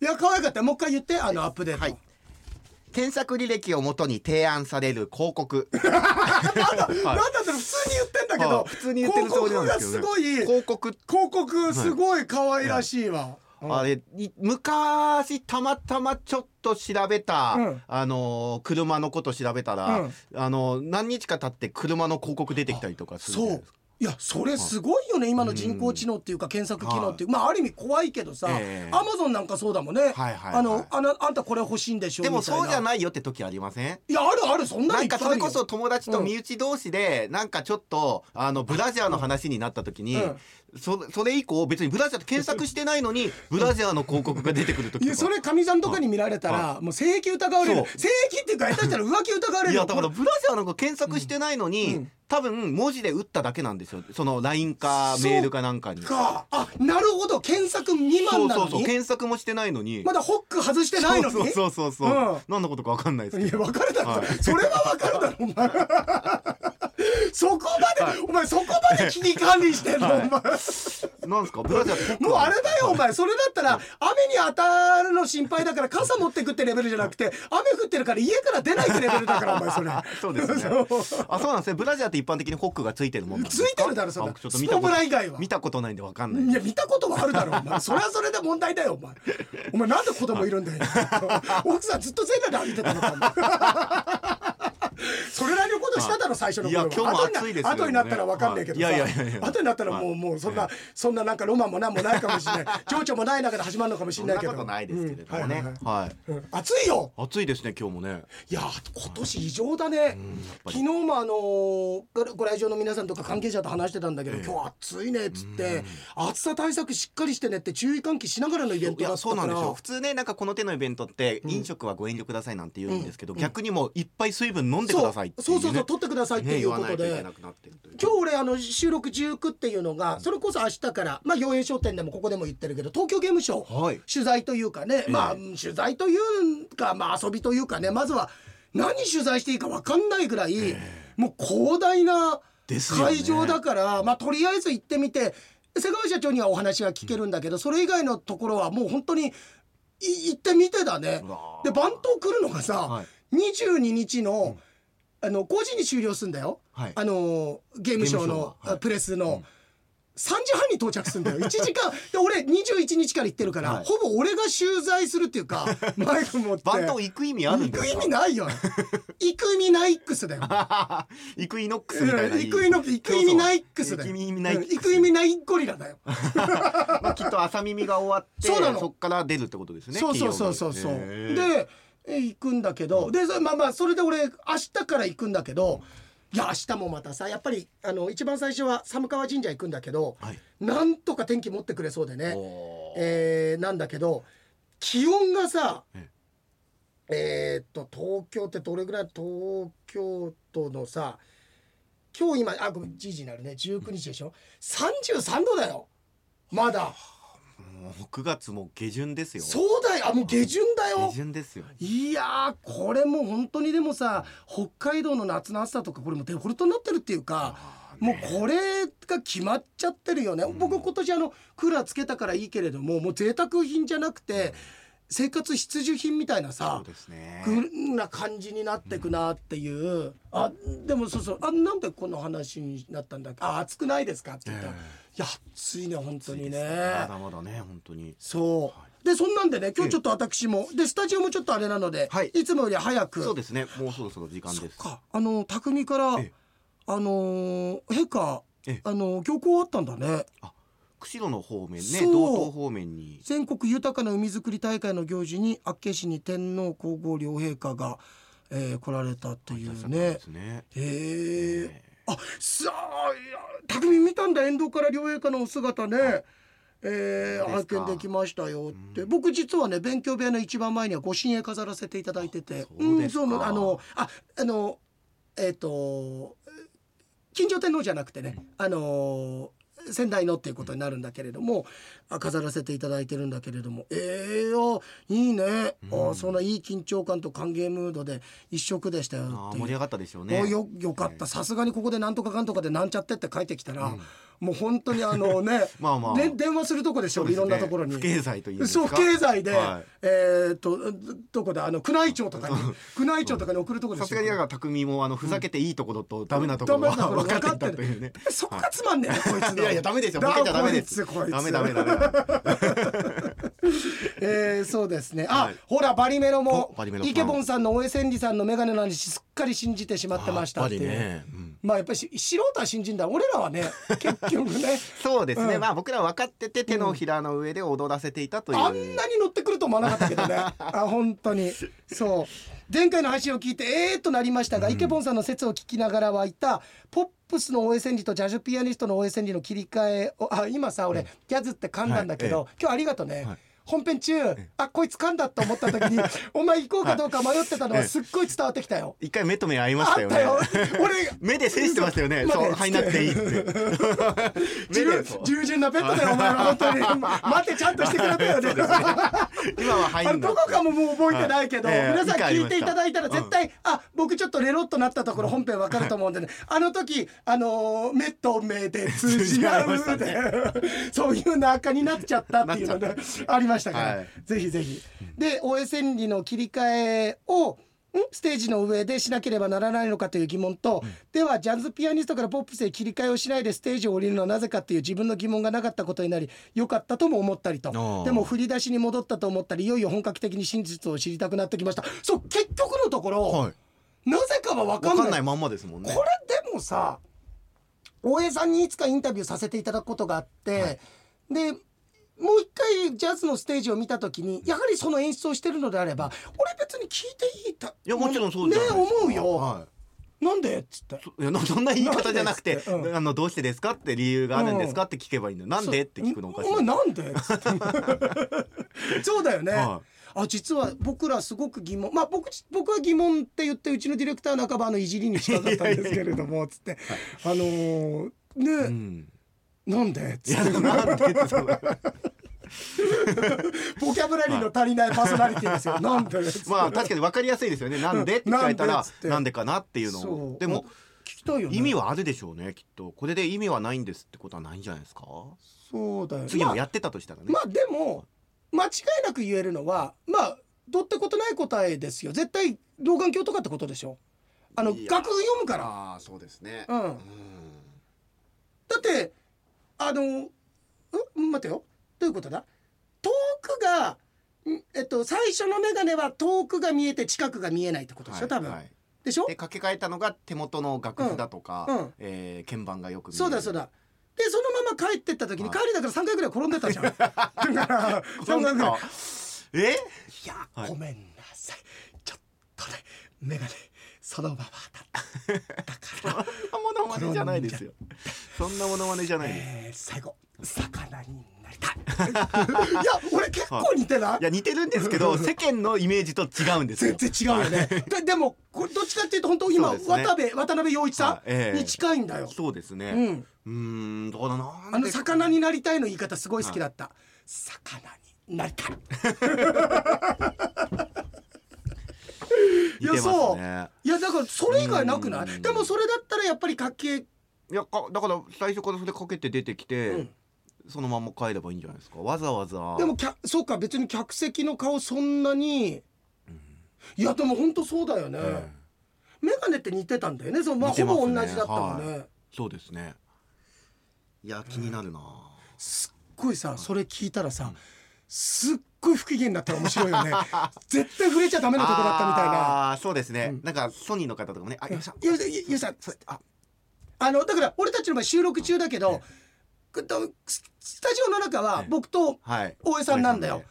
いや可愛かったもう一回言ってあのアップデート、はい検索履歴をもとに提案される 広告なんだったら普通に言ってんだけはどい普通に言ってるつもりなんですけどね広告がすごい広告広告すごい可愛らしいわ、あれい昔たまたまちょっと調べた、うんあのー車のこと調べたら、うんあのー何日か経って車の広告出てきたりとかするじゃそないうですかいやそれすごいよね今の人工知能っていうか検索機能っていうまあある意味怖いけどさええアマゾンなんかそうだもんねはいはいはいあのあのあんたこれ欲しいんでしょでもそうじゃいないよって時ありませんいやあるあるそんななのいっんぱかいあるよそれこそ友達と身内同士でなんかちょっとあのブラジャーの話になった時にうんそそれ以降別にブラジャーって検索してないのにブラジャーの広告が出てくる時いやとそかれかみさんとかに見られたらもう性癖疑われるそう性癖っていうか下手したら浮気疑われるいよやだからブラジャーなんか検索してないのに、うん多分文字で打っただけなんですよその LINE かそうメールかなんかにかあなるほど検索未そ満うなそのうそうに検索もしてないのにまだホック外してないのにそうそうそうそう、うん何のことか分かんないですいけやど分かるだろ、はいそれは分かるだろお前 そこまで、お前そこまで危機管理してんの、はいお前なんですかブラジャーもうあれだよお前それだったら雨に当たるの心配だから傘持ってくってレベルじゃなくて雨降ってるから家から出ないってレベルだからお前それ そうですね そうあそうなんですねブラジャーって一般的にホックがついてるもんなんですつかいてるだろそれあちょっと見たスこポブとラ以外は見たことないんで分かんないいや見たことはあるだろお前それはそれで問題だよお前お前なんで子供いる んだよ奥さんずっと全裸で歩いてたのかお前 それなりのことしただろ最初の頃はいや今日も暑いですよ後にな後になったら分かんないけどさ、はいいやいやいやいや後になったらもう,、はいもうそんな、はいそんななんかロマンもなんもないかもしれない情緒もない中で始まるのかもしそれなんないけこどとないですけれどもうねんはいはいはいはいうん暑いよ暑いですね今日もねいや今年異常だね、ぱ昨日もあのーごご来場の皆さんとか関係者と話してたんだけど、ええ今日暑いねっつって、暑さ対策しっかりしてねって注意喚起しながらのイベンいトだやったそうかなんらでしょう普通ねなんかこの手のイベントって飲食はご遠慮くださいなんて言うんですけど、逆にもういっぱい水分飲んでくださいっていそうね、うそうそうそう取ってくださいっていうねこと言で、わないといけなくなってるという今日俺あの収録19っていうのがそれこそ明日からまあ洋栄商店でもここでも言ってるけど東京ゲームショウ、はい取材というかね、まあうん取材というかまあ遊びというかねまずは何取材していいか分かんないぐらい、もう広大なですよね会場だから、まあとりあえず行ってみて瀬川社長にはお話が聞けるんだけど、それ以外のところはもう本当にい行ってみてだねうわ。ーで番頭来るのがさ、はい22日の、あの5時に終了するんだよ。はいあのーゲームショーゲームショーのははいあプレスの、3時半に到着するんだよ1時間 で俺21日から行ってるから、はいほぼ俺が取材するっていう かマイク持ってバンド行く意味ある行んですくか意味ない よ行く意味ないックスだよイクイノックスみたいな行く意味の行く意味ないックスだよ行く意味ないうん行く意味ないゴリラだよまあきっと朝耳が終わってそうなのそっから出るってことですねそうそうそうそうそう企業がへーでえ行くんだけど、でそれまあまあそれで俺明日から行くんだけどいや明日もまたさやっぱりあの一番最初は寒川神社行くんだけど、はいなんとか天気持ってくれそうでねおーえーなんだけど気温がさええーっと東京ってどれぐらい東京都のさ今日今あごめんじいじになるね19日でしょ33度だよまだもう9月も下旬ですよそうだよあもう下旬だ下よ旬ですよいやーこれもう本当にでもさ北海道の夏の暑さとかこれもうデフォルトになってるっていうかもうこれが決まっちゃってるよね、僕今年あのクーラーつけたからいいけれどももう贅沢品じゃなくて生活必需品みたいなそさうですねぐな感じになってくなっていう、あでもそうそうあなんでこの話になったんだっけあ暑くないですかって言ったら、えいや暑いね本当にね。まだまだね本当にそう。でそんなんでね今日ちょっと私も、でスタジオもちょっとあれなので、はいい、つもより早くそうですねもうそろそろ時間そでっすかあの匠から、ええあのー陛下ええあのー漁港あったんだね釧路の方面ねそう道東方面に全国豊かな海づくり大会の行事に厚岸に天皇皇后両陛下が、えー来られたといいらっしゃうったんでねすねへえあさあいや匠見たんだ沿道から両陛下のお姿ね、えーそうですか拝見できましたよって、僕実はね勉強部屋の一番前にはご神栄飾らせていただいててあそうですかん、そうなのあのああのえっ、と金城天皇じゃなくてね、あの仙台のっていうことになるんだけれども、あ飾らせていただいてるんだけれどもええよいいね、あそんないい緊張感と歓迎ムードで一色でしたよあっーてい盛うり上がったでしょうおねよよかったさすがにここでなんとかかんとかでなんちゃってって書いてきたら、もう本当にあのね まあまあね電話するとこでしょそううでいすねろんなところに不経済というんですそうか不経済で、はいえーっとどこだあの宮内庁とかに宮内庁とかに送るところでさしすょがにだから匠もあのふざけていいところとダメなところ ダメはなところ分かっていたというねそこがつまんねえな、こいつのいやいやダメですよボケちゃダメですだこいつこいつダメダメダメえー、そうですねあ、はいほらバリメロもおバリメロイケボンさんの大江千里さんの眼鏡の話すっかり信じてしまってましたっていうやっぱりねうんまあやっぱりし素人は信じんだ俺らは ね結局ねそうですね、うんまあ僕らは分かってて手のひらの上で踊らせていたという、あんなに乗ってくると思わなかったけ どねあ本当にそう前回の配信を聞いてえーっとなりましたが、イケボンさんの説を聞きながらはいたポップスの大江千里とジャズピアニストの大江千里の切り替えをあ今さ俺、ギャズって噛んだんだけど、はい今日ありがとうね、はい本編中、あこいつ噛んだと思った時 にお前行こうかどうか迷ってたのはええすっごい伝わってきたよ。一回目と目合いまあしったたよよね 俺目で制してましたよね。嘘そう、待入んなくていいって。 目従でそう従順なペットだよお前ら本当に 待ってちゃんとしてくれたよね今はあ入のんなどこかももう覚えてないけど、はいええ皆さん理解あり聞いましてたいただいたら絶対、あ僕ちょっとレロっとなったところ本編わかると思うんでね、あの時あのー目と目で通じ合 通じ合ういまで、 そういう仲になっちゃったっていうのねありましたから、はいぜひぜひ。で大江千里の切り替えをんステージの上でしなければならないのかという疑問と、ではジャズピアニストからポップスへ切り替えをしないでステージを降りるのはなぜかという自分の疑問がなかったことになり良かったとも思ったりとああでも振り出しに戻ったと思ったりいよいよ本格的に真実を知りたくなってきましたそう結局のところ、はい。なぜかは分かわんかないんないまんまですもんね。これでもさ大江さんにいつかインタビューさせていただくことがあって、でもう一回ジャズのステージを見た時にやはりその演出をしてるのであれば俺別に聞いていいたいや、もちろんそうじゃねないですか思うよ、はなんでっつってい。いやなそんな言い方じゃなくて、なんで ですってうんあのどうしてですかって理由があるんですかって聞けばいいの。なんでって聞くのおかしい。お前なんでっつってそうだよね、はあ実は僕らすごく疑問まあ僕僕は疑問って言ってうちのディレクター半ばあのいじりにしかかったんですけれどもつってあのーね、うん。なんでついってや、なんでってそう。ボキャブラリーの足りないパーソナリティですよ。なんでです まあ確かにわかりやすいですよね。なんでって聞かれたなんらでっ、てなんでかなっていうのそを。うでも聞きたいよね。意味はあるでしょうね。きっとこれで意味はないんですってことはないんじゃないですか。そうだよ。次もやってたとしたらね。まあ、まあでも間違いなく言えるのはまあどってことない答えですよ。絶対老眼鏡とかってことでしょ。あのいや楽譜読むから。ああそうですねうん。だってあのん待てよどういうことだ遠くがんえっと最初の眼鏡は遠くが見えて近くが見えないってことでしょ多分。はいでしょで。掛け替えたのが手元の楽譜だとか、うんうんえー鍵盤がよく見えるそうだそうだ。でそのまま帰ってった時にはい帰りだから3回ぐらい転んでた じゃん。だからそ3ん回なぐらいの。えいや、はいごめんなさい。ちょっとね眼鏡そのままだっそんなものまねじゃないですよそんなものまねじゃた、ないです、えー最後魚になりたい。 いや俺結構似てないい。や似てるんですけど世間のイメージと違うんです全よ然違うよね。ででもこれどっちかっていうと本当今、そうですね渡辺渡辺陽一はさいえんえに近いんだよ。そうですねうん。うーんどうだなあの魚になりたいの言い方すごい好きだった。魚になりたい。い似やてますそう。ねいやだからそれ以外なくなういんでもそれだったらやっぱり掛けいやかだから最初からそれかけて出てきて、うんそのまんま帰ればいいんじゃないですかわざわざでも客そうか別に客席の顔そんなに、いやでも本当そうだよね、ええメガネって似てたんだよねその、まあ、似てほますねぼ同じだったもんね、はいそうですねいや気になるな、すっごいさそれ聞いたらさ、すっごい不機嫌になったら面白い よね絶対触れちゃダメなとこだったみたいな。あーそうですね、なんかソニーの方とかもねあよっしゃゆうさんゆゆうさんそれああのだから俺たちの場合収録中だけど、くとススタジオの中は僕とはい大江さんなんだよ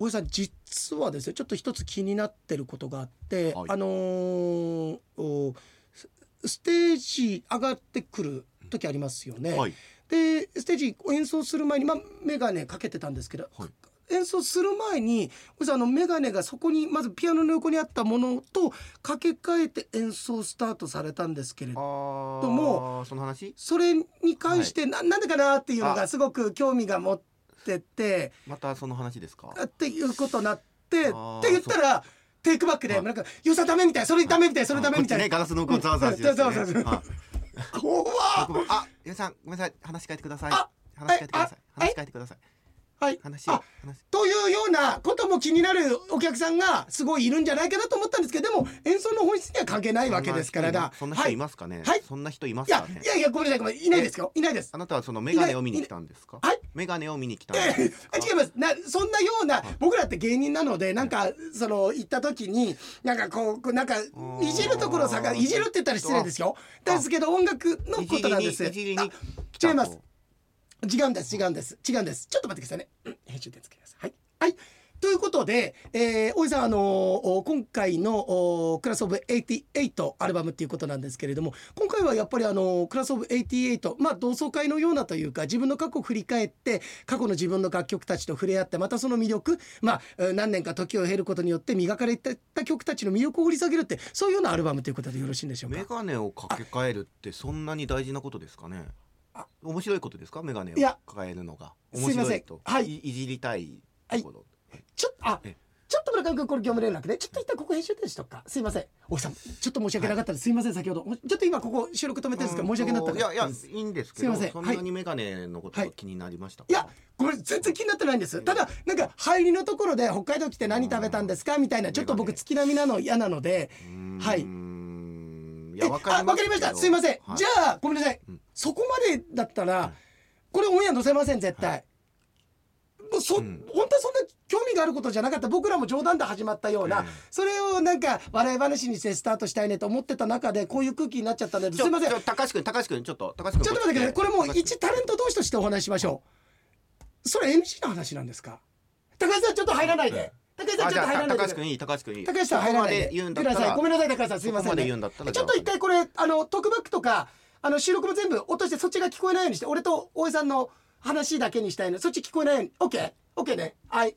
大江さんで大江さん実はですねちょっと一つ気になってることがあって、はいあのーおスステージ上がってくる時ありますよね。はいはいでステージを演奏する前に、まあ、眼鏡かけてたんですけど、はい演奏する前に大江さんあの眼鏡がそこにまずピアノの横にあったものと掛け替えて演奏スタートされたんですけれあどーともその話それに関してな,、なんでかなっていうのがあすごく興味が持ってて。またその話ですかっていうことになってっあーて言ったらテイクバックではいなんか「よさダメみたいそれダメみたいそれダメみたいあこっちね」ガラスのこうざわざわしてうんざわざわざわは怖っ僕もあ皆さんごめんなさい話変えてくださいあ話変えてくださいえあ話変えてくださいはい話あを話というようなことも気になるお客さんがすごいいるんじゃないかなと思ったんですけどでも演奏の本質には関係ないわけですからだそんなは人いいますかねはいそんな人いまいすやかねいやいやごめんなさいごめんなさいいないですよいないですあなたはそのメガネを見に来たんですかはいメガネを見に来たんええですか違いますなそんなような僕らって芸人なのでなんかその行った時になんかこうこうなんかーいじるところさがいじるって言ったら失礼ですよですけど音楽のことなんですいじりにいじりにあ違います違うんです違うんです違うんですちょっと待ってくださいねうん編集点つけてくださいはい、はい、ということで、えー、大井さんあのーお今回のおクラスオブ88アルバムっていうことなんですけれども今回はやっぱりあのークラスオブ88まあ同窓会のようなというか自分の過去を振り返って過去の自分の楽曲たちと触れ合ってまたその魅力まあうん何年か時を経ることによって磨かれてた曲たちの魅力を掘り下げるってそういうようなアルバムということでよろしいんでしょうかメガネをかけ替えるってそんなに大事なことですかねあ面白いことですかメガネをいや抱えるのがす面いま白せんいとはいいじりたいところちょっとあえちょっと村上君これ業務連絡ねちょっと一旦ここ編集点しとくかすいませんおじさんちょっと申し訳なかったです、すいません先ほどもうちょっと今ここ収録止めてるんですけど申し訳なかったいですやいやいいんですけすいどませんそんなにメガネのことが気になりましたかいやこれ全然気になってないんですただなんか入りのところで「北海道来て何食べたんですか?」みたいなちょっと僕月並みなの嫌なのでうーんはいいえやあわかりまわすかりましたすいません、じゃああごめんなさい、うんそこまでだったら、はいこれオンエア載せません絶対、もうそうん本当はそんな興味があることじゃなかった僕らも冗談で始まったような、ええそれをなんか笑い話にしてスタートしたいねと思ってた中でこういう空気になっちゃったんですすいませんちょ高橋君高橋君ちょっと高橋君っと待ってくださいこれもう高橋君一タレント同士としてお話ししましょうそれ MC の話なんですか高橋さんちょっと入らないで高橋さんあちじょっとゃ入らあない高で橋君いい高橋君いい高橋さん入らないそこまで言うんだくっだたさいらごめんなさい高橋さんすいまそせんこまで言ねうんだったらちょっと一回これあの特バックとかあの収録も全部落としてそっちが聞こえないようにして俺と大江さんの話だけにしたいのそっち聞こえないように OKOK ねはい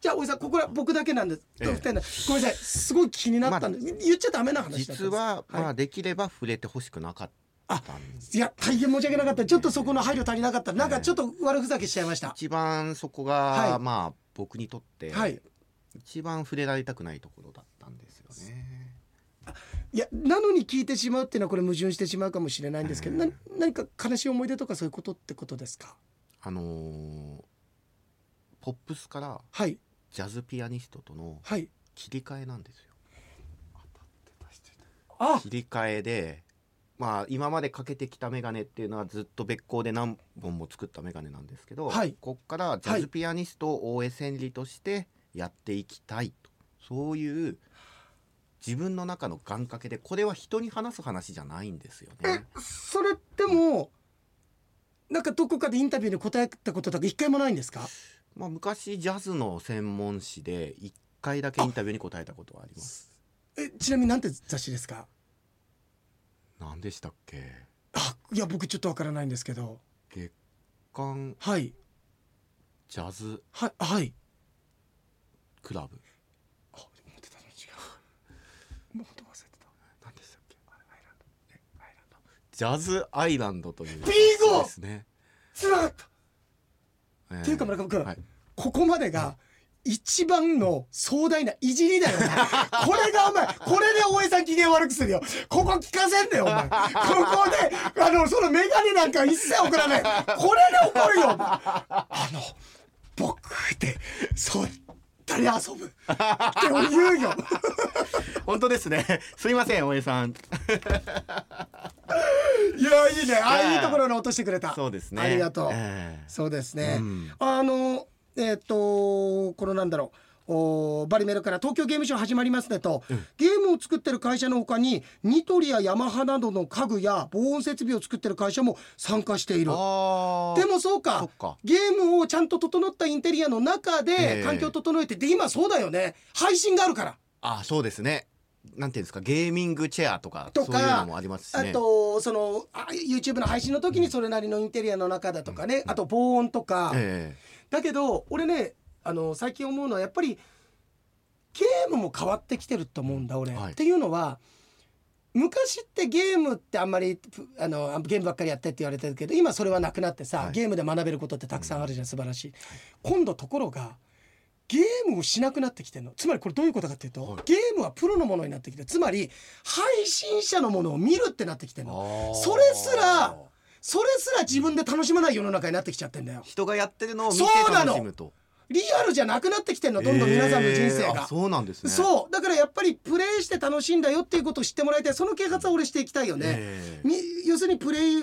じゃあ大江さんここは僕だけなんです、ええ二人なんでごめんなさいすごい気になったんです、言っちゃダメな話だった実んですはまはあできれば触れてほしくなかったんですいや大変申し訳なかったちょっとそこの配慮足りなかったなんかちょっと悪ふざけしちゃいました一番そこはいがまあ僕にとってはい一番触れられたくないところだったんですよねいやなのに聞いてしまうっていうのはこれ矛盾してしまうかもしれないんですけど、な何か悲しい思い出とかそういうことってことですかあのーポップスからはいジャズピアニストとのはい切り替えなんですよあ切り替えでまあ今までかけてきたメガネっていうのはずっと別行で何本も作ったメガネなんですけど、はいこっからジャズピアニストを大江千里としてやっていきたいと、そういう自分の中の願掛けでこれは人に話す話じゃないんですよね。それでもなんかどこかでインタビューに答えたこととか一回もないんですかまあ、昔ジャズの専門誌で1回だけインタビューに答えたことはあります。えちなみになんて雑誌ですか何でしたっけあいや僕ちょっとわからないんですけど月刊はいジャズはいはいクラブあ思ってたの違うもう本当忘れてた何でしたっけジャズアイランドといビうンゴですね。つらかったっていうか村上君はい、ここまでが一番の壮大ないじりだ よお前これがお前これで大江さん機嫌悪くするよここ聞かせんだよお前ここであのその眼鏡なんか一切送らないこれで怒るよお前あの僕でそったり遊ぶって俺言 うよ本当ですね。 すいません、大江さん。いやいいねあいやいいところに落としてくれたそうですね。ありがとう、ええそうですね。うんあのえっ、とこのなんだろう。おバリメロから東京ゲームショウ始まりますねと、ゲームを作ってる会社のほかにニトリやヤマハなどの家具や防音設備を作ってる会社も参加しているあーでもそうかそっかゲームをちゃんと整ったインテリアの中えでえ環境を整えてで今そうだよね配信があるからあ、そうですね。なんていうんですか、ゲーミングチェアとか、とそういうかのもありますしあね。とそのあ YouTube の配信の時にそれなりのインテリアの中だとかね、あと防音とか、えだけど俺ねあの最近思うのはやっぱりゲームも変わってきてると思うんだ俺、はいっていうのは昔ってゲームってあんまりぷあのゲームばっかりやってって言われてるけど今それはなくなってさ、はいゲームで学べることってたくさんあるじゃん素晴らしい、今度ところがゲームをしなくなってきてるのつまりこれどういうことかっていうと、はいゲームはプロのものになってきてつまり配信者のものを見るってなってきてるのそれすらそれすら自分で楽しまない世の中になってきちゃってんだよ人がやってるのを見てそうなの楽しむとリアルじゃなくなってきてんのどんどん皆さんの人生えーが、あそうなんですねうそうだからやっぱりプレイして楽しいんだよっていうことを知ってもらいたいその啓発は俺していきたいよね、えーみ要するにプレイ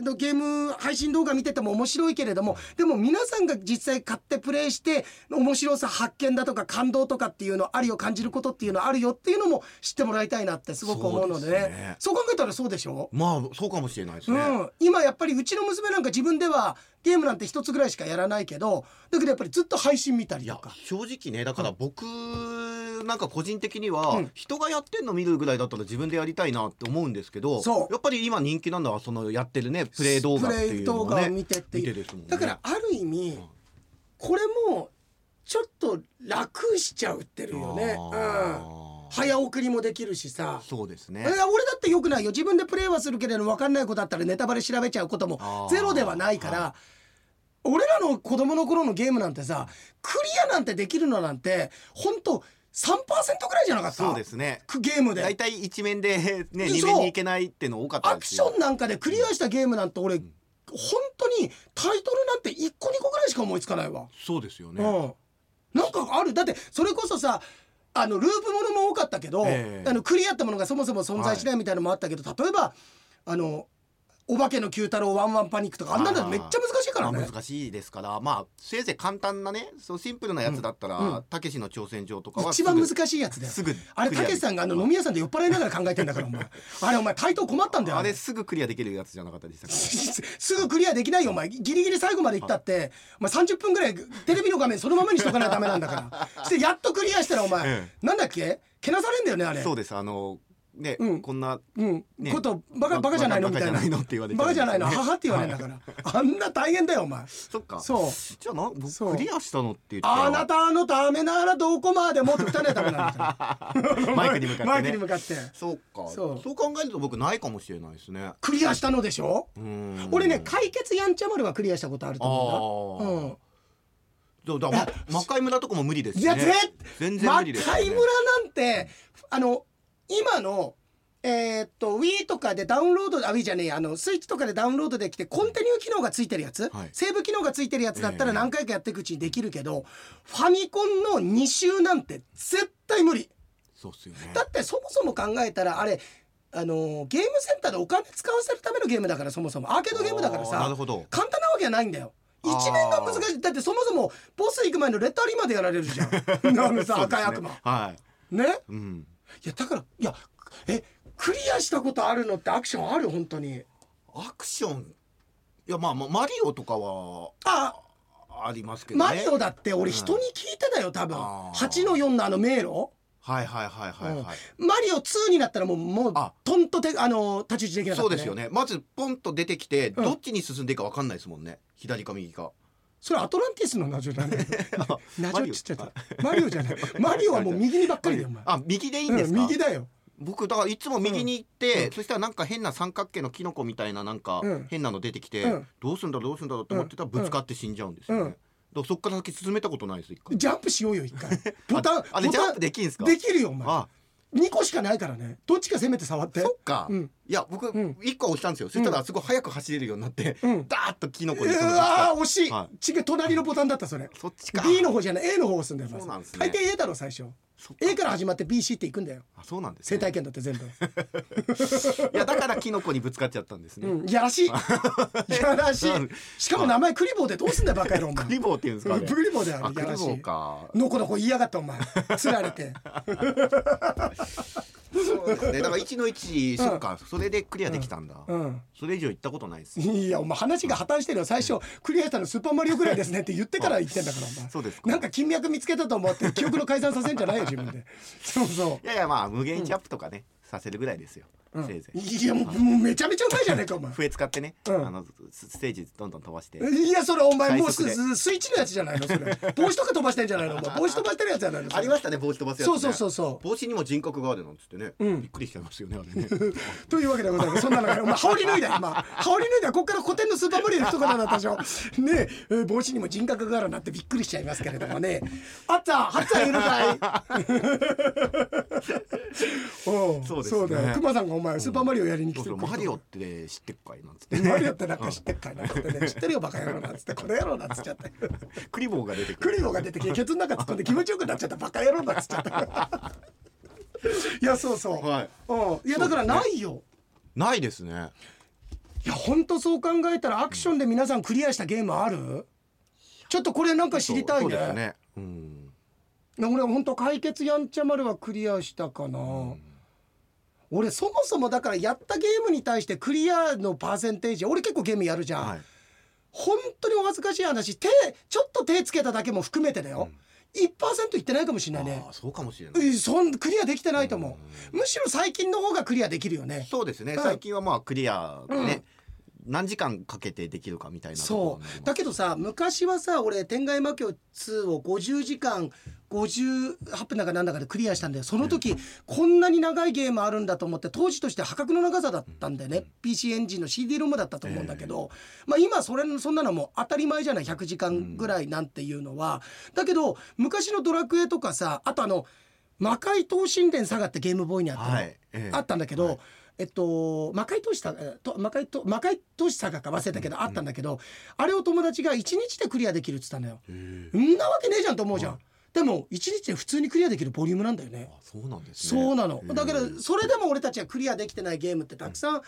のゲーム配信動画見てても面白いけれどもでも皆さんが実際買ってプレイして面白さ発見だとか感動とかっていうのありを感じることっていうのあるよっていうのも知ってもらいたいなってすごく思うのでねそうですねそう考えたらそうでしょまあそうかもしれないですね、うん、今やっぱりうちの娘なんか自分ではゲームなんて一つぐらいしかやらないけどだけどやっぱりずっと配信見たりいとやか正直ねだから僕なんか個人的にうはん人がやってんの見るぐらいだったら自分でやりたいなって思うんですけどそうやっぱり今人気なのはそのやってるねプレイ動画ってプレいイう動の画もをね見てって見いてうですもんねだからある意味これもちょっと楽しちゃうってるよね。うんあー早送りもできるしさ、そうですえねー俺だってよくないよ自分でプレイはするけれど分かんないことあったらネタバレ調べちゃうこともあーゼロではないから、俺らの子供の頃のゲームなんてさクリアなんてできるのなんてほんと3%ぐらいじゃなかったそうですねくゲームで大体一面でねそう二面に行けないっての多かったアでクすシよョンなんかでクリアしたゲームなんて俺、本当にタイトルなんて1個2個ぐらいしか思いつかないわ。そうですよね、うん、なんかあるだってそれこそさあのループものも多かったけど、ええあのクリアったものがそもそも存在しないみたいなのもあったけど、例えばあの「お化けの九太郎ワンワンパニック」とかあんなのあーめっちゃ難しいからまねあ。難しいですからまあせいぜい簡単なねそうシンプルなやつだったうんうらたけしの挑戦状とかは一番すぐ難しいやつだよすぐあれクリアたでけしさんがあの飲み屋さんで酔っ払いながら考えてんだからお前あれお前対等困ったんだよあれすぐクリアできるやつじゃなかったでしたっけす すぐクリアできないよお前ギリギリ最後まで行ったってお前30分ぐらいテレビの画面そのままにしとかないとダメなんだから してやっとクリアしたらお前、えなんだっけけなされんだよねあれそうですあのね、うんこんなうん、ねことバカバカじゃないのみバたカいバカじなゃないのって言われてバカじゃないのね母って言われるんだからあんな大変だよお前そっかそうじゃあな僕そうクリアしたのって言ったらあなたのためならどこまでもって歌わないとダメなんだかマイクに向らかマっイクてにね向かってそうかそそうう考えると僕ないかもしれないですねクリアしたのでしょうーん俺ね解決やんちゃ丸はクリアしたことあると思うんだあーそうだからま魔界村とかも無理ですうんいしやね絶全然魔無理界です、村ね、なんてあの今のえーっと Wii とかでダウンロードあ Wii じゃねえやあのスイッチとかでダウンロードできてコンティニュー機能がついてるやつ、はいセーブ機能がついてるやつだったらええ何回かやっていくうちにできるけど、ファミコンの2周なんて絶対無理そうっすよねだってそもそも考えたらあれあのーゲームセンターでお金使わせるためのゲームだからそもそもアーケードゲームだからあーなさるほど簡単なわけはないんだよあ一ー面が難しいだってそもそもボス行く前のレタリーまでやられるじゃん あのさ、そう赤ですねい悪魔はねいうんいやだからいやえクリアしたことあるのってアクションある本当にアクションいやまあまあマリオとかはあありますけどねマリオだって俺うん人に聞いてたよ多分あー8の4のあの迷路はいはいはいはいはい、マリオ2になったらもうもうあトンとてあの太刀打ちできなかっそうた、ね、ですよねまずポンと出てきて、うんどっちに進んでいいか分かんないですもんね左か右 かそれアトランティスのナジョだ ねナジョっつっちゃったママリオじゃないマリオはもう右にばっかりだよお前あ右でいいんですか、うん右だよ僕だからいつも右に行って、うんそしたらなんか変な三角形のキノコみたいななんかうん変なの出てきて、うんどうすんだろうどうすんだろうと思ってたらうんぶつかって死んじゃうんですよね、うんだからそっから先進めたことないです一回ジャンプしようよ一回ボタン あれボジャタンプできんすかできるよお前あ2個しかないからねどっちかせめて触ってそっか、うんいや僕うん一個押したんですよ、そしたらすごい速く走れるようになって、うんダーッとキノコうに行くのわー惜しい、は違う隣のボタンだったそれそっちか B の方じゃない A の方を押すんだよまずそうなんですね大抵 A だろ最初そっか A から始まって BC っていくんだよあそうなんです、生ね、態圏だって全 部、いやだからキノコにぶつかっちゃったんですね、うん、いやら しいいやらしいしかも名前クリボーでどうすんだよバカ野郎お前クリボーって言うんですかあれクリボーでああるクやリボらしいーかのこのこ言いやがったお前つられてそうですねだから1の1、うんそっかそれでクリアできたんだ、うんそれ以上行ったことないですいやお前話が破綻してるよ最初クリアしたのスーパーマリオぐらいですねって言ってから言ってんだからお前そうですかなんか金脈見つけたと思って記憶の改ざんさせんじゃないよ自分でそうそういやいやまあ無限チャップとかね、させるぐらいですようんせいぜいいやもうもうめちゃめちゃうまいじゃねえかお前笛使ってね、うんあのスステージどんどん飛ばして、いやそれお前もう最速すでスイッチのやつじゃないのそれ帽子とか飛ばしてんじゃない のお前帽子飛ばしてるやつじゃないのそれありましたね帽子飛ばすやつ、そね、うそうそうそう帽子にも人格があるなんつってね、うんびっくりしちゃいますよねあれねというわけでございますそんな中でお前羽織脱いだよ 今羽織脱いだよここから古典のスーパーマリオの一言だったでしょねええー帽子にも人格があるなってびっくりしちゃいますけれども ねあったはっちゃんいる かいおうそうですねそうだよ熊さんがお前スーパーマリオやりに来そうてそうるマリオって知ってっかいなんつってマリねオってなんか知ってっか いなってね知ってるよバカ野郎なんつってこの野郎なんつっちゃって クリボーが出てくクるリボーが出て きてケツの中突っ込んで気持ちよくなっちゃったバカ野郎だっつっちゃったいやそうそう、はいうん、いやだからないよ、ないですねいや本当そう考えたらアクションで皆さんクリアしたゲームあるちょっとこれなんか知りたいそうねそうですねうんいや俺本当解決やんちゃ丸はクリアしたかな、俺そもそもだからやったゲームに対してクリアのパーセンテージ俺結構ゲームやるじゃん、はい本当にお恥ずかしい話手ちょっと手つけただけも含めてだよ、1%いってないかもしれないねああそうかもしれないうんそんクリアできてないと思うむしろ最近の方がクリアできるよねそうですね、うん最近はまあクリアでね、何時間かけてできるかみたいなとこそろになりうますだけどさ昔はさ俺「天外魔境2」を50時間58分だかなんだかでクリアしたんだよその時、こんなに長いゲームあるんだと思って当時として破格の長さだったんだよね、PC エンジンの CD ロムだったと思うんだけど、まあ今それそんなのもう当たり前じゃない100時間ぐらいなんていうのは、だけど昔の「ドラクエ」とかさあとあの「魔界東神殿サガ」ってゲームボーイにあったの、はい、ええあったんだけど、はいえっと魔界投資さと魔界と魔界投資さがか忘れたけど、あったんだけどあれを友達が1日でクリアできるって言ったのよ。へえんなわけねえじゃんと思うじゃん。はでも1日で普通にクリアできるボリュームなんだよね。あそうなんですねそうなの。ええだけどそれでも俺たちはクリアできてないゲームってたくさん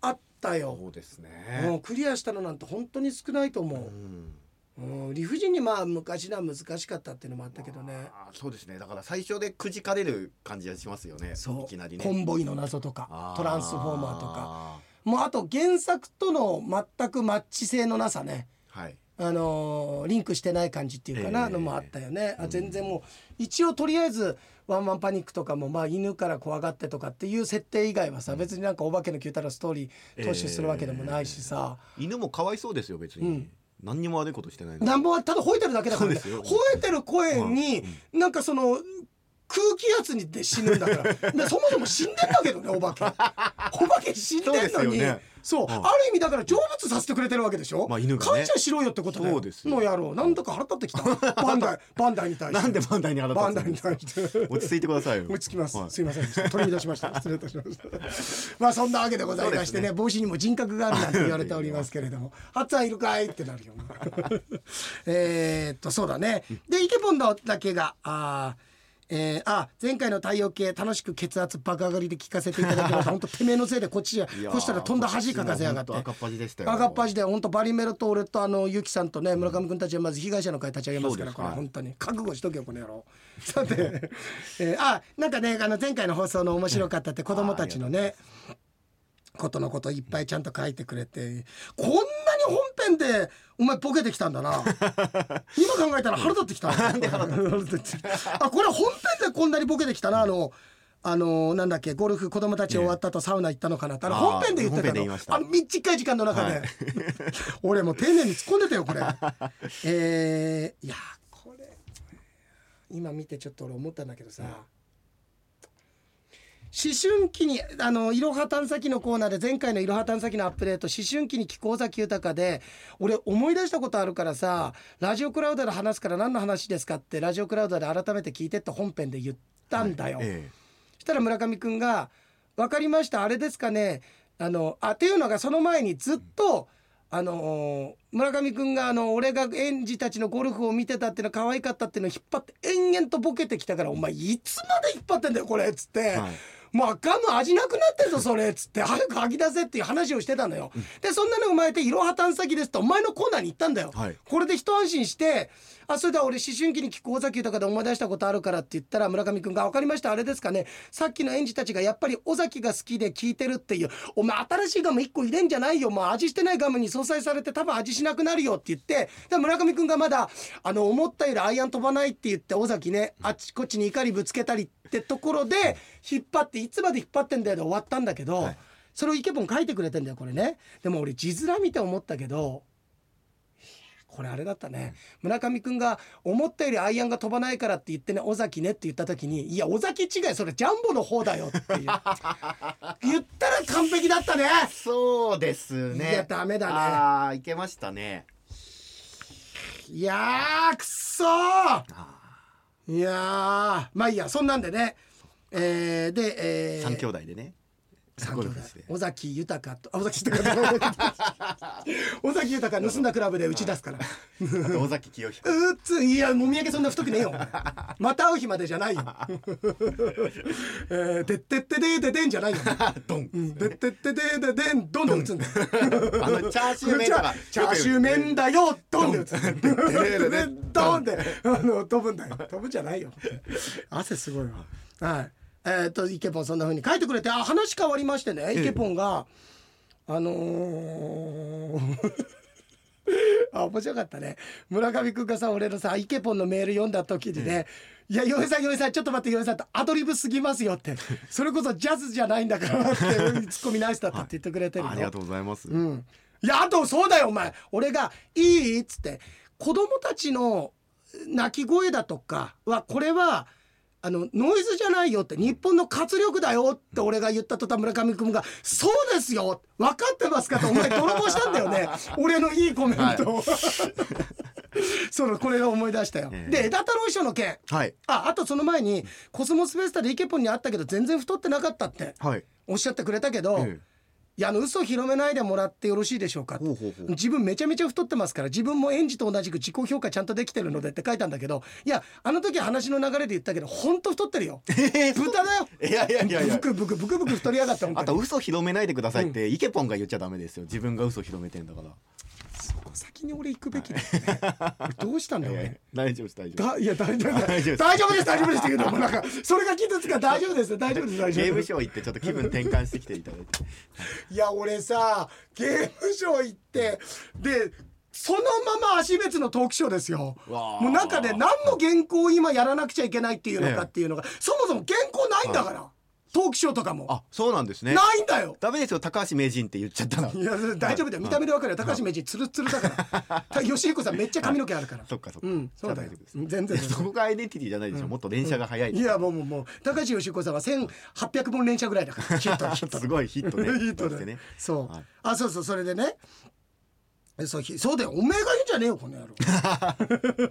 あったよ。そうですうねんクリアしたのなんて本当に少ないと思うんう。うん、理不尽にまあ昔のは難しかったっていうのもあったけどね。あーそうですねだから最初でくじかれる感じがしますよねそういきなりねコンボイの謎とかあートランスフォーマーとか。もうあと原作との全くマッチ性のなさね、はいあのーリンクしてない感じっていうかな、ええのもあったよね、あうん全然もう一応とりあえずワンマンパニックとかもまあ犬から怖がってとかっていう設定以外はさ、別になんかお化けの九太郎ストーリー踏襲するわけでもないしさ、犬もかわいそうですよ別に、うん何にも悪いことしてないのになんぼはただ吠えてるだけだからねそうですよ吠えてる声になんかその空気圧にで死ぬんだからでそもそも死んでんだけどねお 化けお化け死んでんのにそそうう,、ですよねうんある意味だから成仏させてくれてるわけでしょ、まあ犬がね感謝しろよってことだよそうですよの野郎なんだか腹立ってきたバンダイバンダイに対して なんでバンダイにバ腹ンダイ立につ対んですかして落ち着いてくださいよ落ち着きます、はいすいません ちょっと取り乱しました失礼いたしましたまあそんなわけでございましてね帽子にも人格があるなんて言われておりますけれど も「ハッツァンいるかい?」ってなる よえーっとそうだねでイケポンドだけがあーえーあ前回の太陽系楽しく血圧爆上がりで聞かせていただきま した本当てめえのせいでこっちやいやーこっちたらとんだ恥かかせやがってこっちも本当赤っ恥でしたよ赤っ恥で本当バリメロと俺とあのゆきさんとね村上君たちはまず被害者の会立ち上げますからそうですこれはい本当に覚悟しとけよこの野郎 さて、えーあなんかねあの前回の放送の面白かったって子供たちのねことのこといっぱいちゃんと書いてくれてこんなに本編でお前ボケてきたんだ な今考えたら腹立ってきたあこれ本編でこんなにボケてきたなあのあのなんだっけゴルフ子供たち終わった後サウナ行ったのかなってあのあー本編で言ってた本編で言いのましたあの短い時間の中で、はい 俺もう丁寧に突っ込んでたよ これえー、いやーこれ今見てちょっと俺思ったんだけどさ、思春期にあのいろは探査機のコーナーで前回のいろは探査機のアップデート思春期に気候崎豊で俺思い出したことあるからさラジオクラウドで話すから何の話ですかってラジオクラウドで改めて聞いてって本編で言ったんだよ、えそしたら村上くんが「分かりましたあれですかね」あのあっていうのがその前にずっと、あの村上くんがあの俺が園児たちのゴルフを見てたっていうの可愛かったっていうのを引っ張って延々とボケてきたから「お前いつまで引っ張ってんだよこれ」っつって。えはいもうガム味なくなってんぞそれっつって早く吐き出せっていう話をしてたのよ、でそんなの生まれて「いろは探査機です」ってお前のコーナーに行ったんだよ、はいこれで一安心して「あそれでは俺思春期に気候崎豊で思い出したことあるから」って言ったら村上君が「分かりましたあれですかねさっきの園児たちがやっぱり尾崎が好きで聞いてるっていうお前新しいガム1個入れんじゃないよもう味してないガムに相殺されて多分味しなくなるよ」って言ってで村上君がまだあの思ったよりアイアン飛ばないって言って尾崎ねあっちこっちに怒りぶつけたりってところで引っ張っていつまで引っ張ってんだよで終わったんだけど、はいそれをイケボン書いてくれてんだよこれねでも俺字面見て思ったけどいやこれあれだったね、村上くんが思ったよりアイアンが飛ばないからって言ってね尾崎ねって言った時にいや尾崎違いそれジャンボの方だよっていう言ったら完璧だったねそうですねいやダメだねああいけましたねいやーくっそーあいやーまあいいやそんなんでねえー、で、えーー、三兄弟でね三ゴ兄ル弟フして尾崎豊とあ尾崎豊と尾崎豊盗んだクラブで打ち出すからあと尾崎清彦うっついやもみあげそんな太くねえよお前また会う日までじゃないよえーでってってでーででんじゃないよ ドンうんでってってでーででんどんどん打つんだよあのチャーシュー麺じとゃかあ チャーシュー麺だよドンで打つでドンであの飛ぶんだ よ飛ぶんじゃないよ汗すごいわはいえー、とイケポンそんな風に書いてくれてあ話変わりましてねイケポンがあのー あ面白かったね村上君がさ俺のさイケポンのメール読んだ時にね「いや洋平さん洋平さんちょっと待って洋平さん」とアドリブすぎますよ」って「それこそジャズじゃないんだ から」ってツッコミナイスだったって言ってくれてるよありがとうございます、うん、いやあとそうだよお前俺が「いい?」っつって子供たちの泣き声だとかはこれはあのノイズじゃないよって日本の活力だよって俺が言った途端村上君が「そうですよ分かってますか?」とお前泥棒したんだよ ね俺のいいコメントを、 そのこれが思い出したよ。ええで枝太郎衣装の件はいああとその前にコスモスフェスタでイケポンに会ったけど全然太ってなかったってはい、おっしゃってくれたけど。ええいやあの嘘を広めないでもらってよろしいでしょうかほうほうほう自分めちゃめちゃ太ってますから自分も園児と同じく自己評価ちゃんとできてるのでって書いたんだけどいやあの時話の流れで言ったけどほんと太ってるよ豚だよいやいやいやいやブクブクブクブク太りやがって本当あにと嘘広めないでくださいって、イケポンが言っちゃダメですよ自分が嘘広めてんだからそこ先に俺行くべきだよね俺どうしたんだよ俺 大丈夫です大丈夫だいや大丈夫大丈夫です大丈夫です大丈夫ですって言うのもなんかそれが傷つくから大丈夫です大丈夫です大ゲ丈ー夫ムですショー行ってちょっと気分転換してきていただいていや俺さゲームショー行ってでそのまま足別のトークショーですよわあもうなんかね何の原稿を今やらなくちゃいけないっていうのかっていうのが、そもそも原稿ないんだから、トークショーとかも、あそうなんですねないんだよダメですよ高橋名人って言っちゃったらいや大丈夫だよ見た目で分かるよ高橋名人ツルツルだ からた吉彦さんめっちゃ髪の毛あるからそっかそっか、うんそうだよじゃあ大丈夫です全然いやそこがアイデンティティじゃないでしょ、もっと連射が早い、いやもうもうもう高橋吉彦さんは1800本連射ぐらいだから ヒットヒットすごいヒットね ヒット出してでねそう、はいあそうそうそれでねえそうひそうだよおめえが言うんじゃねえよこの野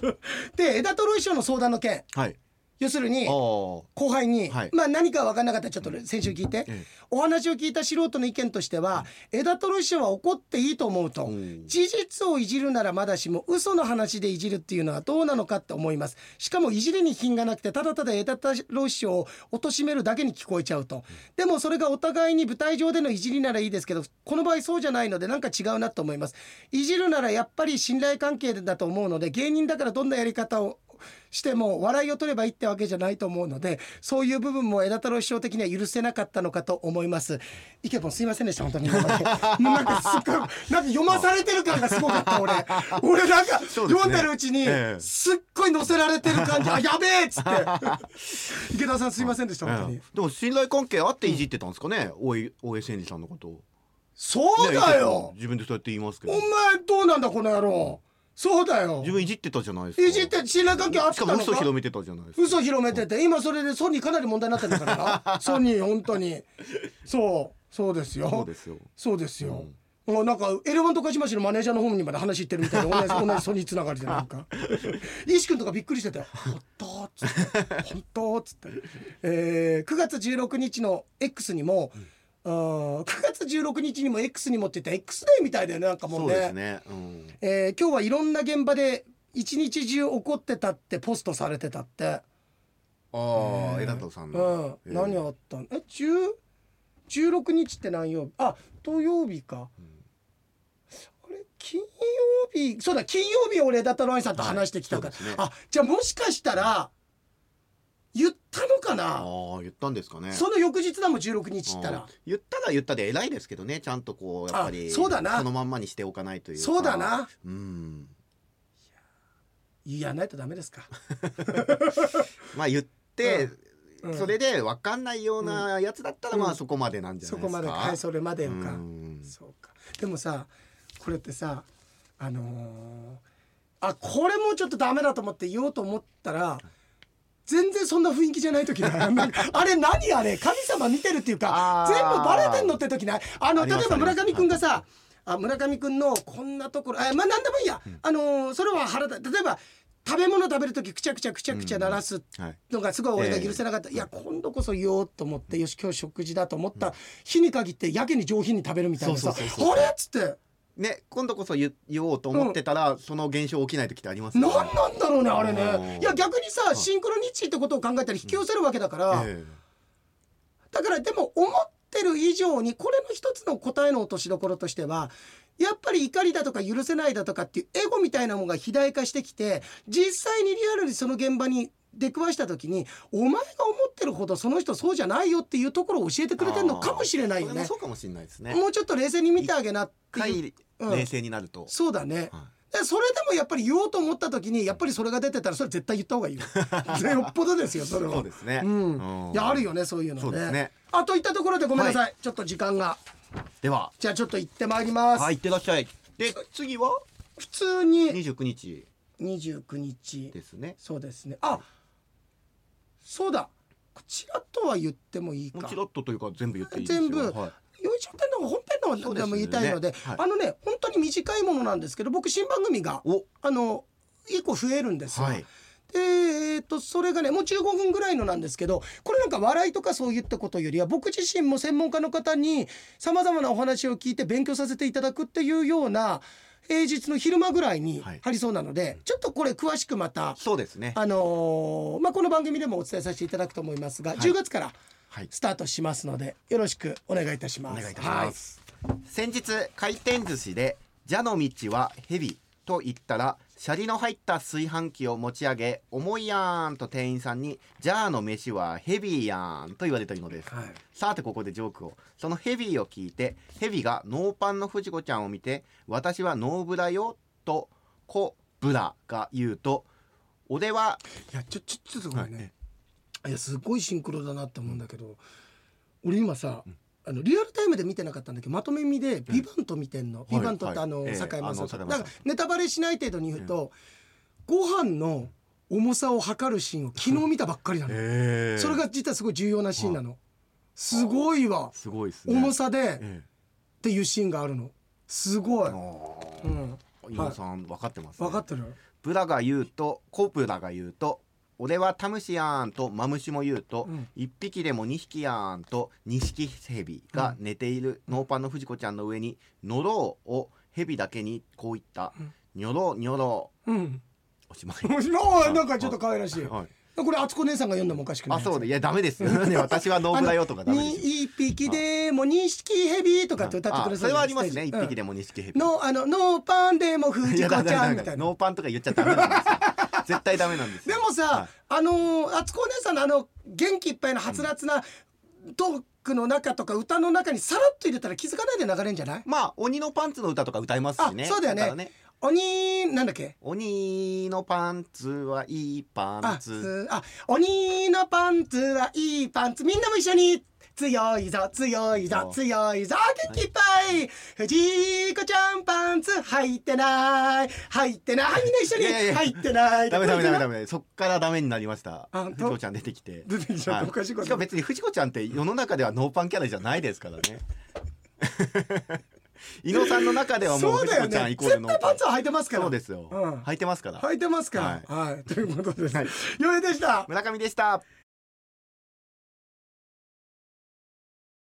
郎 で枝太郎衣装の相談の件はい要するあにー後輩に、はいまあ何か分かんなかったらちょっと先週聞いて、ええお話を聞いた素人の意見としては枝太郎衣装は怒っていいと思うと、うん事実をいじるならまだしも嘘の話でいじるっていうのはどうなのかって思いますしかもいじりに品がなくてただただ枝太郎師匠を貶めるだけに聞こえちゃうとでもそれがお互いに舞台上でのいじりならいいですけどこの場合そうじゃないのでなんか違うなと思いますいじるならやっぱり信頼関係だと思うので芸人だからどんなやり方をしても笑いを取ればいいってわけじゃないと思うのでそういう部分も枝太郎師匠的には許せなかったのかと思いますイケポンすいませんでした本 当に今までもうなんかすっごいなんか読まされてる感がすごかった俺俺なんかそうですね読んでるうちにええすっごい乗せられてる感じあやべえっつって 池田さんすいませんでした本当えにえでも信頼関係あっていじってたんですかね、大江大江千里さんのことをそうだねよ自分でそうやって言いますけおど前どうなんだこの野郎そうだよ自分いじってたじゃないですかいじって信頼関係あっしたかのもか嘘広めてたじゃないですか嘘広めてて今それでソニーかなり問題になってるから なソニー本当にそうそうですよそうですよそうですよ、もうなんかエレファントカシマシのマネージャーの方にまで話行ってるみたい な同じ同じソニーつながりじゃないか石君とかびっくりしてたよ「本当?」っつって「本当?」っつって、えー9月16日の X にも、あー9月16日にも X にもって言ったら X デーみたいだよねなんかもそううねですね、うん、えー今日はいろんな現場で一日中怒ってたってポストされてたって。ああ、江田とさんうんの、、ええ何あったんえ十十六日って何曜日あ土曜日か、あれ金曜日そうだ金曜日俺枝太郎愛さんと話してきたから、はいそうですねあじゃあもしかしたら言ったのかあなあ言ったんですかねその翌日だもん16日って言ったうんら言ったら言ったで偉いですけどねちゃんとこうやっぱりあそうだなそのまんまにしておかないというかそうだなうん言やないとダメですかまあ言って、うんそれで分かんないようなやつだったら、うんまあそこまでなんじゃそないこですまか。でかはいそれまでうよか、んそうかでもさこれってさあのーあこれもちょっとダメだと思って言おうと思ったら全然そんな雰囲気じゃない時 ないなんかあれ何あれ神様見てるっていうかあー全部バレてんのって時ないあのあり例えますば村上君があさあ村上君のこんなところあまあ何でもいいや、あのーそれは腹立例えば食べ物食べる時くちゃくちゃくちゃくちゃ鳴らすはい。のがすごい俺が許せなかった、いや今度こそ言おうと思って、よし今日食事だと思った日に限ってやけに上品に食べるみたいなさ「そうそうそうそうあれ?」っつってね今度こそ言言おうと思ってたら、その現象起きない時ってあり「ます何よなんだろうねあれうね」んいや逆にさシンクロニッチってことを考えたら引き寄せるわけだから、えだからでも思ってる以上にこれの一つの答えの落としどころとしてはやっぱり怒りだとか許せないだとかっていうエゴみたいなものが肥大化してきて実際にリアルにその現場に出くわした時にお前が思ってるほどその人そうじゃないよっていうところを教えてえくれてるのかもしれないよあーそれねもそ。うかもしれないですね。もうちょっと冷静に見てあげなっていう、一うん回冷静になると、そうだねはでそれでもやっぱり言おうと思った時にやっぱりそれが出てたらそれ絶対言った方 がいいよよっぽどですよいそれはそうですね。うんうんいやあるよねそういうのねそうですねあといったところでごめんなさい、ちょっと時間がでは、じゃあちょっと行ってまいります、はい、いってらっしゃい。で、次は普通に二十九日29日ですね。そうですねあそうだこちらとは言ってもいいもうかチラッとというか全部言っていいです全よ。部はいよいしょってのが本編の方でも言いたいのでそうですよねあのね本当に短いものなんですけど僕新番組がお、あの一個増えるんですよ、はい。でえー、とそれがねもう15分ぐらいのなんですけどこれなんか笑いとかそういったことよりは僕自身も専門家の方にさまざまなお話を聞いて勉強させていただくっていうような平日の昼間ぐらいにはいありそうなので、ちょっとこれ詳しくまた、そうですね。あのーまあ、この番組でもお伝えさせていただくと思いますが、い10月からはい。スタートしますのでよろしくお願いいたしおます。願いいたします。先日回転寿司で「蛇の道は蛇」と言ったらシャリの入った炊飯器を持ち上げ「重いやーん」と店員さんに「じゃあの飯はヘビーやーん」と言われているのですはいはいさてここでジョークをそのヘビーを聞いてヘビがノーパンの藤子ちゃんを見て「私はノーブラよ」と「コブラ」が言うと「俺はいやちょちょちょっとごめんね、い、やすごいシンクロだなって思うんだけど俺今さ、あのリアルタイムで見てなかったんだけどまとめ見で「ビバント見てんの「いビバントってはいあの、ええ坂井正あ人の坂井雅な人んかネタバレしない程度に言うと、ご飯の重さを測るシーンを昨日見たばっかりなの、それが実はすごい重要なシーンなの、すごいわ、すごいですね」重さで、っえていうシーンがあるのすごい、うえあん、ー飯尾さん分かってますね分かってるブラが言うとコブラが言うと「俺はタムシやん」とマムシも言うとうん「一、匹でも二匹やん」とニシキヘビが寝ているノーパンの藤子ちゃんの上に「ノロう」をヘビだけにこう言ったうん「ニョロニョロうん。おしま いもうなんかちょっと可愛らしいはいこれ敦子姉さんが読んでもおかしくないあやつそうねいやダメですよ、 ね、私はノーブラよとかダメですよ。に一匹でも二匹ヘビとかって歌ってくださあそるれはありますねス一テージ匹でうんも二匹ヘビ。のあのノーパンでもい藤や子だちだゃだんみただいなノーパンとか言っちゃダメなんですよ絶対ダメなんですでよもはさいあの敦子お姉さんのあの元気いっぱいのはつらつなトークの中とか歌の中にさらっと入れたら気づかないで流れるんじゃないまあ鬼のパンツの歌とか歌いますしねあそうだよねからね鬼なんだっけ鬼のパンツはいいパあンツ。つあ鬼のパンツはいいパンツみんなも一緒に強いぞ強いぞ強いぞ元気いっぱい藤子ちゃんパンツ入ってない入ってないみんな一緒にいやいや入ってないダメダメダメメダメ。そっからダメになりました。あ藤子ちゃん出てきて。出てきちゃったはいおかしいことしかも別に藤子ちゃんって世の中ではノーパンキャラじゃないですか らね。伊野さんの中ではもうそうだ藤よ子ちゃんねイコール絶ノー対パパンンツ。は履いてますからそうですようん。履いてますから。履いてますからはい、ということです、よいでした村上でした。